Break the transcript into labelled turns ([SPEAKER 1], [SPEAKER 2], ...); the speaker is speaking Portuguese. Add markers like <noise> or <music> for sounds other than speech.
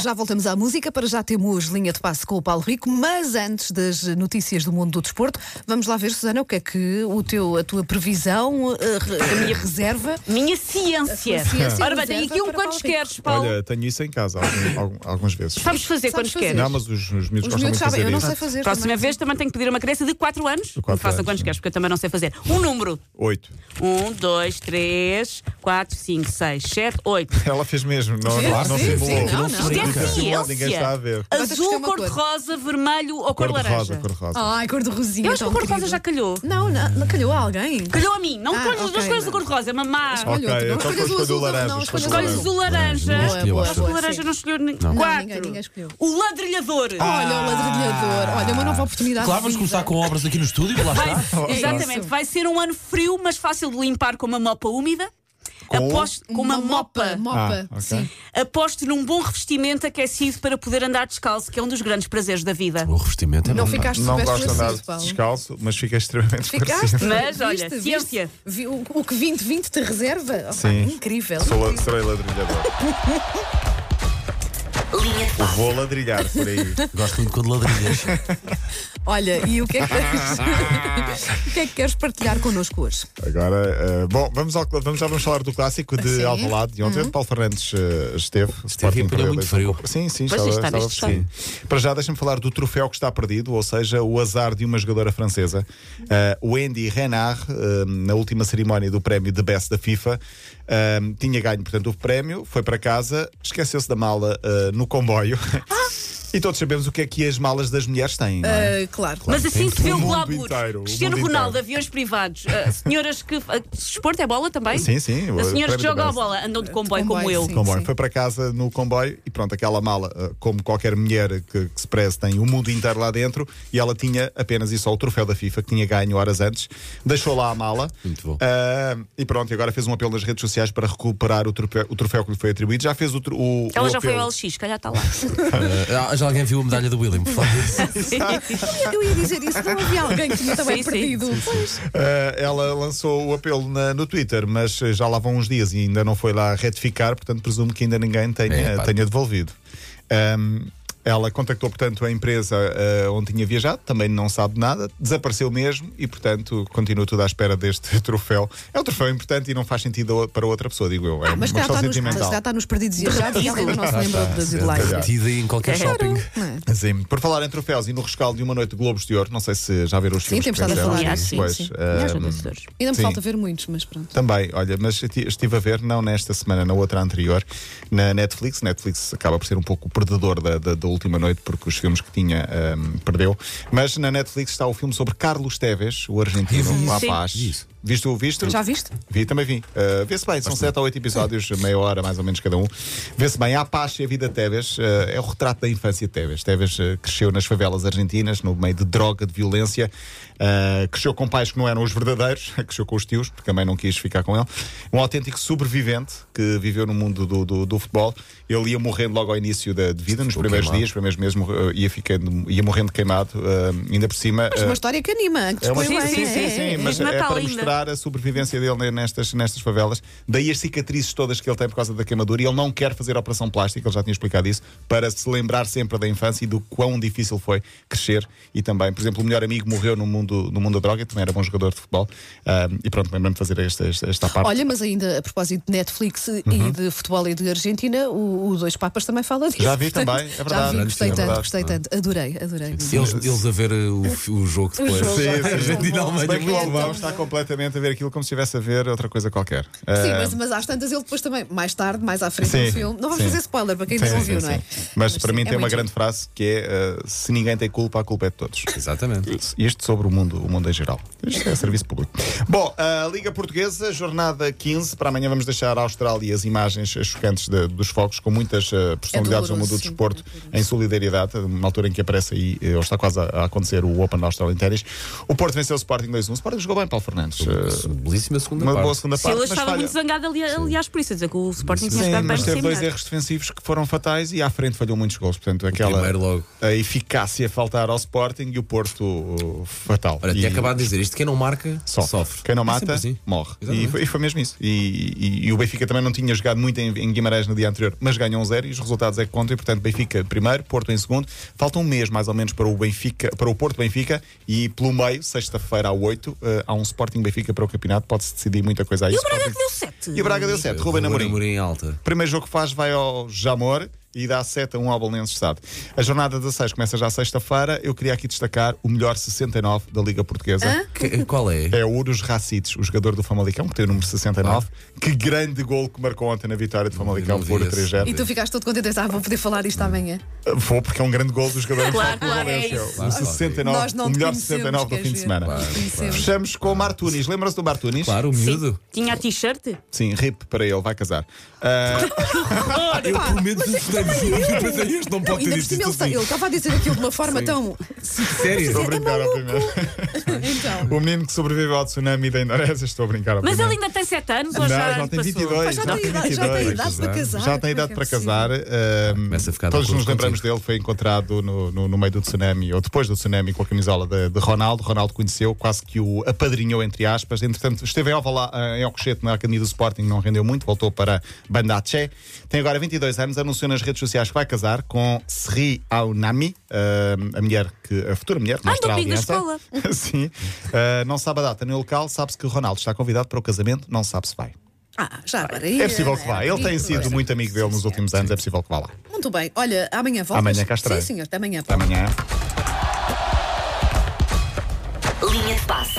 [SPEAKER 1] Já voltamos à música, para já temos linha de passe com o Paulo Rico, mas antes das notícias do mundo do desporto, vamos lá ver, Susana, o que é que o teu, a tua previsão, eh,
[SPEAKER 2] <coughs>
[SPEAKER 1] re- a minha reserva.
[SPEAKER 2] Minha ciência.
[SPEAKER 1] A sua ciência
[SPEAKER 2] Ora bem, tenho
[SPEAKER 1] reserva
[SPEAKER 2] aqui um
[SPEAKER 1] para Paulo
[SPEAKER 2] quantos
[SPEAKER 1] Rico.
[SPEAKER 2] queres, Paulo.
[SPEAKER 3] Olha, tenho isso em casa algum- algum- algumas vezes.
[SPEAKER 2] Sabes fazer
[SPEAKER 1] Sabes
[SPEAKER 2] quantos
[SPEAKER 1] fazer.
[SPEAKER 2] queres?
[SPEAKER 3] Não, mas os, os miúdos
[SPEAKER 1] Os
[SPEAKER 3] gostam muito
[SPEAKER 1] miúdos
[SPEAKER 3] de
[SPEAKER 1] sabem,
[SPEAKER 3] fazer
[SPEAKER 1] eu não
[SPEAKER 3] isso.
[SPEAKER 1] sei fazer.
[SPEAKER 2] Próxima
[SPEAKER 1] também.
[SPEAKER 2] vez também tenho que pedir uma criança de 4 anos.
[SPEAKER 3] quatro
[SPEAKER 2] Me façam
[SPEAKER 3] anos,
[SPEAKER 2] quantos
[SPEAKER 3] sim.
[SPEAKER 2] queres, porque eu também não sei fazer. Um número.
[SPEAKER 3] Oito.
[SPEAKER 2] 1, 2, 3, 4, 5, 6, 7, 8.
[SPEAKER 3] Ela fez mesmo. Não, não,
[SPEAKER 1] Sim,
[SPEAKER 3] não
[SPEAKER 1] sim,
[SPEAKER 3] simulou.
[SPEAKER 1] sim, não, não.
[SPEAKER 3] Ninguém
[SPEAKER 2] Isto é
[SPEAKER 3] simulou, ninguém
[SPEAKER 2] ciência.
[SPEAKER 3] está a ver.
[SPEAKER 1] Mas eu gostei
[SPEAKER 2] Azul,
[SPEAKER 1] uma
[SPEAKER 2] cor de rosa, vermelho ou cor,
[SPEAKER 3] de rosa,
[SPEAKER 2] laranja?
[SPEAKER 3] cor de rosa.
[SPEAKER 1] Ai, cor de rosinha.
[SPEAKER 2] Eu acho que a
[SPEAKER 1] tão
[SPEAKER 2] cor de rosa
[SPEAKER 1] querida.
[SPEAKER 2] já calhou.
[SPEAKER 1] Não, não, não calhou a alguém.
[SPEAKER 2] Calhou a mim. Não
[SPEAKER 1] Ah,
[SPEAKER 2] escolhas as duas
[SPEAKER 1] ok,
[SPEAKER 2] cores da
[SPEAKER 1] não.
[SPEAKER 2] cor de rosa, mamá.
[SPEAKER 1] Escolhe
[SPEAKER 3] Ok,
[SPEAKER 1] outra. Não
[SPEAKER 3] então
[SPEAKER 1] escolhas o
[SPEAKER 3] escolhe o
[SPEAKER 1] azul,
[SPEAKER 3] laranja,
[SPEAKER 1] não,
[SPEAKER 3] escolhe
[SPEAKER 1] escolhas
[SPEAKER 3] o
[SPEAKER 1] o
[SPEAKER 2] Escolhes
[SPEAKER 1] azul.
[SPEAKER 2] o laranja.
[SPEAKER 4] Boa,
[SPEAKER 1] Boa, boa,
[SPEAKER 4] acho.
[SPEAKER 2] O
[SPEAKER 1] boa,
[SPEAKER 2] laranja
[SPEAKER 1] sim.
[SPEAKER 2] não escolheu ninguém.
[SPEAKER 1] Não,
[SPEAKER 2] Quatro.
[SPEAKER 1] ninguém- ninguém escolheu.
[SPEAKER 2] O ladrilhador.
[SPEAKER 1] Olha, o ladrilhador. Olha, uma nova oportunidade.
[SPEAKER 4] Claro, vamos
[SPEAKER 1] de
[SPEAKER 4] começar
[SPEAKER 1] vida.
[SPEAKER 4] com obras aqui no estúdio, lá
[SPEAKER 2] Vai-
[SPEAKER 3] Tá?
[SPEAKER 4] está.
[SPEAKER 2] exatamente.
[SPEAKER 1] isso.
[SPEAKER 2] Vai ser um ano frio, mas fácil de limpar com uma mopa úmida.
[SPEAKER 3] Com?
[SPEAKER 2] Aposto, com uma, mopa.
[SPEAKER 1] Mopa,
[SPEAKER 3] Ah, ok.
[SPEAKER 1] sim.
[SPEAKER 2] Aposto num bom revestimento aquecido para poder andar descalço, que é um dos grandes prazeres da vida.
[SPEAKER 4] O revestimento é
[SPEAKER 1] Não
[SPEAKER 4] bom.
[SPEAKER 1] ficaste
[SPEAKER 3] Não
[SPEAKER 1] super
[SPEAKER 3] gosto de
[SPEAKER 1] esclarecido,
[SPEAKER 3] andar
[SPEAKER 1] Paulo.
[SPEAKER 3] descalço, mas fica
[SPEAKER 1] <laughs>
[SPEAKER 3] extremamente
[SPEAKER 1] Ficaste?
[SPEAKER 3] parecido.
[SPEAKER 2] Mas, olha,
[SPEAKER 1] viste?
[SPEAKER 2] ciência.
[SPEAKER 1] Vi- o, o que 2020 te reserva? Opa,
[SPEAKER 3] Sim.
[SPEAKER 1] Incrível.
[SPEAKER 3] Sou la- serei
[SPEAKER 1] <laughs>
[SPEAKER 3] ladrilhador. Eu vou ladrilhar por aí.
[SPEAKER 4] Gosto muito quando ladrinhas.
[SPEAKER 1] Olha, e o que é
[SPEAKER 3] <laughs>
[SPEAKER 1] que queres, <laughs> o que é que queres partilhar connosco hoje?
[SPEAKER 3] Agora, eh, bom, vamos, ao, vamos já vamos falar do clássico de
[SPEAKER 1] Sim.
[SPEAKER 3] Alvalade de ontem.
[SPEAKER 2] Uhum.
[SPEAKER 3] onde Paulo Fernandes eh, esteve. Sporting
[SPEAKER 4] e apanhou
[SPEAKER 3] perdeu
[SPEAKER 4] muito
[SPEAKER 3] 2 a
[SPEAKER 4] frio.
[SPEAKER 3] pouco. Sim, sim,
[SPEAKER 2] Pois
[SPEAKER 3] estava,
[SPEAKER 2] está
[SPEAKER 3] estava
[SPEAKER 2] neste
[SPEAKER 3] fresquinho. Para já, deixa-me falar do troféu que está perdido, ou seja, o azar de uma jogadora francesa. Eh, Wendy Renard, eh, na última cerimónia do prémio de Best da FIFA, eh, tinha ganho, portanto, o prémio, foi para casa, esqueceu-se da mala eh, no comboio.
[SPEAKER 2] Ah!
[SPEAKER 3] <laughs> E todos sabemos o que é que as malas das mulheres têm. não
[SPEAKER 2] Eh,
[SPEAKER 3] é?
[SPEAKER 1] Ah, claro.
[SPEAKER 2] Mas assim se vê
[SPEAKER 3] O
[SPEAKER 2] o
[SPEAKER 3] mundo
[SPEAKER 2] glamour.
[SPEAKER 3] inteiro, o
[SPEAKER 2] Cristiano
[SPEAKER 3] mundo
[SPEAKER 2] Ronaldo,
[SPEAKER 3] inteiro.
[SPEAKER 2] aviões privados. Ah, senhoras que. ah, desporto é bola também?
[SPEAKER 3] Sim, sim, o
[SPEAKER 2] As senhoras que
[SPEAKER 3] prémio do
[SPEAKER 2] jogam a
[SPEAKER 3] Best.
[SPEAKER 2] bola andam de comboio,
[SPEAKER 1] De
[SPEAKER 2] como
[SPEAKER 1] comboio,
[SPEAKER 2] eu.
[SPEAKER 1] sim.
[SPEAKER 3] comboio. Foi para casa no comboio e pronto, aquela mala, eh, como qualquer mulher que, que se preze, tem o mundo inteiro lá dentro e ela tinha apenas e só o troféu da FIFA que tinha ganho horas antes. Deixou lá a mala.
[SPEAKER 4] Muito bom.
[SPEAKER 3] Ah, e pronto, e agora fez um apelo nas redes sociais para recuperar o troféu, o troféu que lhe foi atribuído. Já fez o, tro- o-
[SPEAKER 2] Ela
[SPEAKER 3] o
[SPEAKER 2] já foi
[SPEAKER 3] apelo.
[SPEAKER 2] ao LX, se calhar está
[SPEAKER 3] <laughs>
[SPEAKER 2] lá.
[SPEAKER 4] <laughs> Ah, já alguém viu a medalha do William? <laughs> Por favor.
[SPEAKER 1] Eu ia dizer isso, não havia alguém que tinha também
[SPEAKER 2] Sim, sim.
[SPEAKER 1] perdido. Pois.
[SPEAKER 3] Ah, ela lançou o apelo na- no Twitter, mas eh, já lá vão uns dias e ainda não foi lá retificar, portanto presumo que ainda ninguém tenha,
[SPEAKER 4] É, pá.
[SPEAKER 3] tenha devolvido. Ahm, ela contactou, portanto, a empresa ah, onde tinha viajado, também não sabe nada, desapareceu mesmo e, portanto, continua tudo à espera deste <laughs> troféu. É um troféu importante e não faz sentido ou- para outra pessoa, digo eu. É
[SPEAKER 1] Ah, Mas
[SPEAKER 3] uma
[SPEAKER 1] cá
[SPEAKER 3] questão
[SPEAKER 1] está, nos,
[SPEAKER 3] sentimental. Ah, tá,
[SPEAKER 1] já está nos perdidos e achados e ela ainda não se lembrou das
[SPEAKER 3] calhar.
[SPEAKER 1] headlines.
[SPEAKER 4] Metida em
[SPEAKER 3] é
[SPEAKER 4] qualquer shopping.
[SPEAKER 3] Sim, por falar em troféus e no rescaldo de uma noite de Globos de Ouro, não sei se já viram os
[SPEAKER 1] Sim,
[SPEAKER 3] filmes.
[SPEAKER 1] temos
[SPEAKER 3] que
[SPEAKER 1] estado a
[SPEAKER 3] fizeram.
[SPEAKER 1] falar.
[SPEAKER 2] Aliás, sim,
[SPEAKER 3] é Pois,
[SPEAKER 2] sim.
[SPEAKER 3] ah,
[SPEAKER 2] Aliás, jogadores.
[SPEAKER 1] Ainda me
[SPEAKER 3] Sim.
[SPEAKER 1] falta ver muitos, mas pronto.
[SPEAKER 3] Também, olha, mas esti- estive a ver, não nesta semana, na outra anterior, na Netflix. Netflix acaba por ser um pouco o perdedor da, da, da última noite, porque os filmes que tinha ahm, perdeu. Mas na Netflix está o filme sobre Carlos Teves, o argentino, lá
[SPEAKER 2] Sim.
[SPEAKER 3] paz.
[SPEAKER 4] Vi isso.
[SPEAKER 3] Viste o visto?
[SPEAKER 1] Já viste?
[SPEAKER 3] Vi, também vi. Uh, Vê-se bem, são sete a
[SPEAKER 1] <laughs>
[SPEAKER 3] oito episódios, meia hora mais ou menos cada um. Vê-se bem, a paz e a vida de Tevez uh, é o retrato da infância de Tevez. Tevez uh, cresceu nas favelas argentinas, no meio de droga, de violência. Uh, cresceu com pais que não eram os verdadeiros, <laughs> cresceu com os tios, porque a mãe não quis ficar com ele. Um autêntico sobrevivente que viveu no mundo do, do, do futebol. Ele ia morrendo logo ao início da de vida, nos primeiros
[SPEAKER 4] queimado.
[SPEAKER 3] dias, primeiros meses, morre- ia, ficando, ia morrendo queimado, uh, ainda por cima.
[SPEAKER 1] Mas
[SPEAKER 3] uh,
[SPEAKER 1] uma história que anima, que
[SPEAKER 3] é uma
[SPEAKER 1] dispõe bem,
[SPEAKER 2] sim, sim,
[SPEAKER 1] é,
[SPEAKER 2] sim,
[SPEAKER 1] é,
[SPEAKER 3] Sim,
[SPEAKER 1] é.
[SPEAKER 3] mas
[SPEAKER 2] Diz
[SPEAKER 3] é
[SPEAKER 2] Natal
[SPEAKER 3] para
[SPEAKER 2] ainda.
[SPEAKER 3] mostrar a sobrevivência dele nestas, nestas favelas. Daí as cicatrizes todas que ele tem por causa da queimadura. E ele não quer fazer operação plástica, ele já tinha explicado isso, para se lembrar sempre da infância e do quão difícil foi crescer. E também, por exemplo, o melhor amigo morreu no mundo, no mundo da droga, também era bom jogador de futebol. Ah, e pronto, lembrando de fazer esta, esta, esta parte.
[SPEAKER 1] Olha, mas ainda a propósito de Netflix
[SPEAKER 3] Uhum.
[SPEAKER 1] e de futebol e de Argentina, o, o Dois Papas também fala disso.
[SPEAKER 3] Já vi
[SPEAKER 1] portanto,
[SPEAKER 3] também,
[SPEAKER 1] Já
[SPEAKER 3] é
[SPEAKER 1] vi,
[SPEAKER 3] verdade.
[SPEAKER 1] gostei
[SPEAKER 3] É
[SPEAKER 1] tanto,
[SPEAKER 3] verdade.
[SPEAKER 1] gostei tanto. Adorei, adorei.
[SPEAKER 4] Eles, eles a ver uh, o, fi- o jogo depois.
[SPEAKER 1] jogo.
[SPEAKER 4] <laughs>
[SPEAKER 1] Sim, sim.
[SPEAKER 4] Argentina
[SPEAKER 3] Se
[SPEAKER 4] Alemanha.
[SPEAKER 3] bem que o
[SPEAKER 4] muito bom.
[SPEAKER 3] alemão está completamente a ver aquilo como se estivesse a ver outra coisa qualquer.
[SPEAKER 1] Sim,
[SPEAKER 3] Ah,
[SPEAKER 1] mas, mas às tantas ele depois também, mais tarde, mais à frente
[SPEAKER 3] Sim,
[SPEAKER 1] do filme. Não vamos
[SPEAKER 3] sim.
[SPEAKER 1] fazer spoiler para quem ainda
[SPEAKER 3] sim,
[SPEAKER 1] não
[SPEAKER 3] sim,
[SPEAKER 1] viu,
[SPEAKER 3] sim.
[SPEAKER 1] não é?
[SPEAKER 3] Mas, para
[SPEAKER 1] sim,
[SPEAKER 3] mim
[SPEAKER 1] é
[SPEAKER 3] tem uma
[SPEAKER 1] muito
[SPEAKER 3] grande frase que é: ah, se ninguém tem culpa, a culpa é de todos.
[SPEAKER 4] Exatamente.
[SPEAKER 3] Isto sobre o mundo, o mundo em geral. Isto é serviço público. Bom, a Liga Portuguesa, jornada 15. Para amanhã vamos deixar à Austrália as imagens chocantes de- dos fogos, com muitas eh, personalidades
[SPEAKER 1] doloroso,
[SPEAKER 3] do mundo do
[SPEAKER 1] sim,
[SPEAKER 3] desporto em solidariedade. Uma altura em que aparece aí, eh, ou está quase a, a acontecer, o Open da Austrália em ténis. O Porto venceu o um. Sporting 2-1. O Sporting jogou bem, Paulo Fernandes. eh,
[SPEAKER 4] Belíssima segunda
[SPEAKER 3] uma
[SPEAKER 4] parte.
[SPEAKER 3] boa segunda parte.
[SPEAKER 2] Silas
[SPEAKER 3] mas
[SPEAKER 2] estava
[SPEAKER 3] falha-
[SPEAKER 2] muito zangado, ali- aliás, por isso, a dizer que o Sporting tinha
[SPEAKER 3] Sim,
[SPEAKER 2] jogado bem
[SPEAKER 3] mas
[SPEAKER 2] no
[SPEAKER 3] teve dois
[SPEAKER 2] seminário.
[SPEAKER 3] erros defensivos que foram fatais e à frente falhou muitos gols. Portanto,
[SPEAKER 4] primeiro
[SPEAKER 3] aquela
[SPEAKER 4] logo.
[SPEAKER 3] a eficácia a faltar ao Sporting e o Porto uh, fatal.
[SPEAKER 4] Olha,
[SPEAKER 3] e,
[SPEAKER 4] tinha acabado de dizer isto: quem não marca,
[SPEAKER 3] sofre.
[SPEAKER 4] sofre.
[SPEAKER 3] Quem não
[SPEAKER 4] É
[SPEAKER 3] mata,
[SPEAKER 4] sempre assim.
[SPEAKER 3] morre. E
[SPEAKER 4] Exatamente.
[SPEAKER 3] foi, e foi mesmo isso. E, e- e o Benfica também não tinha jogado muito em, em Guimarães no dia anterior, mas ganhou um zero e os resultados é que contam. E portanto, Benfica primeiro, Porto em segundo. Falta um mês mais ou menos para o Benfica, para o Porto Benfica e pelo meio, sexta-feira à 8, eh, há um Sporting Benfica para o campeonato. Pode-se decidir muita coisa aí.
[SPEAKER 2] E o Braga
[SPEAKER 3] Sporting-
[SPEAKER 2] que deu 7.
[SPEAKER 3] E o Braga deu 7. Ruben
[SPEAKER 4] É, Ruben
[SPEAKER 3] Amorim.
[SPEAKER 4] Amorim alta.
[SPEAKER 3] Primeiro jogo que faz vai ao Jamor e dá 7 a 1 ao Belenenses Estado. A jornada 16 começa já sexta-feira. Eu queria aqui destacar o melhor 69 da Liga Portuguesa.
[SPEAKER 4] Que- qual é?
[SPEAKER 3] É o Urus Racites, o jogador do Famalicão, que tem o número 69. Que grande gol que marcou ontem na vitória do Famalicão
[SPEAKER 4] Ah. vi
[SPEAKER 3] por
[SPEAKER 4] esse.
[SPEAKER 3] 3-0.
[SPEAKER 1] E tu ficaste todo contente, ah, vou poder falar
[SPEAKER 3] Hum.
[SPEAKER 1] isto amanhã.
[SPEAKER 3] Vou, porque é um grande gol do jogador do
[SPEAKER 2] Claro,
[SPEAKER 3] Futebol
[SPEAKER 2] claro, é
[SPEAKER 3] Valência.
[SPEAKER 2] isso.
[SPEAKER 3] O 69,
[SPEAKER 1] Nós não
[SPEAKER 3] o
[SPEAKER 1] te
[SPEAKER 3] melhor
[SPEAKER 1] conhecemos,
[SPEAKER 3] 69 do
[SPEAKER 1] queres
[SPEAKER 3] fim de
[SPEAKER 1] ver?
[SPEAKER 3] semana.
[SPEAKER 1] Te conhecemos.
[SPEAKER 3] Fechamos com o Martunis. Lembram-se do Martunis?
[SPEAKER 4] Claro, o miúdo.
[SPEAKER 2] Sim. Tinha a t-shirt?
[SPEAKER 3] Sim, RIP para ele, vai casar. Ah,
[SPEAKER 4] Eu prometo que
[SPEAKER 1] Não,
[SPEAKER 4] <laughs> este não pode
[SPEAKER 1] é ainda
[SPEAKER 4] ter
[SPEAKER 1] por
[SPEAKER 4] é isto
[SPEAKER 1] cima ele,
[SPEAKER 4] tudo.
[SPEAKER 1] sa- ele estava a dizer aquilo de uma forma tão. é
[SPEAKER 3] estou
[SPEAKER 4] Sério?
[SPEAKER 3] a brincar, obviamente.
[SPEAKER 1] <laughs> Então.
[SPEAKER 3] O menino que sobreviveu ao tsunami da Indonésia, estou a brincar.
[SPEAKER 2] Mas
[SPEAKER 3] obviamente.
[SPEAKER 2] ele ainda tem 7 anos ou
[SPEAKER 3] Não,
[SPEAKER 2] já,
[SPEAKER 3] já tem
[SPEAKER 2] passou?
[SPEAKER 3] 22.
[SPEAKER 1] Já
[SPEAKER 3] Já
[SPEAKER 1] tem
[SPEAKER 3] tem
[SPEAKER 1] idade- já tem
[SPEAKER 3] 22,
[SPEAKER 1] idade para casar.
[SPEAKER 3] Já tem idade
[SPEAKER 1] Como é que é
[SPEAKER 3] para
[SPEAKER 1] possível?
[SPEAKER 3] casar. ahm,
[SPEAKER 4] Começa a ficar de
[SPEAKER 3] todos
[SPEAKER 4] acordo
[SPEAKER 3] nos lembramos
[SPEAKER 4] contigo.
[SPEAKER 3] dele, foi encontrado no, no, no meio do tsunami, ou depois do tsunami, com a camisola de, de Ronaldo. Ronaldo conheceu, quase que o apadrinhou, entre aspas. Entretanto, esteve em, Ovalá, ah, em Alcochete, na Academia do Sporting, não rendeu muito, voltou para Bandaché. Tem agora 22 anos, anunciou nas redes sociais que vai casar com Sri Aunami, ahm, a mulher que, a futura mulher, que
[SPEAKER 2] Ah,
[SPEAKER 3] mostra a
[SPEAKER 2] domingo da
[SPEAKER 3] aliança.
[SPEAKER 2] escola.
[SPEAKER 3] <laughs> Sim. Ah, não sabe a data nem o local, sabe-se que o Ronaldo está convidado para o casamento, não sabe se vai.
[SPEAKER 1] Ah, já agora.
[SPEAKER 3] É possível que vá. Ele tem sido muito amigo dele nos últimos anos, é possível que vá lá.
[SPEAKER 1] Muito bem. Olha, amanhã voltas?
[SPEAKER 3] Amanhã cá estarei.
[SPEAKER 1] Sim, senhor. Até amanhã.
[SPEAKER 3] Amanhã.
[SPEAKER 5] Linha de passe.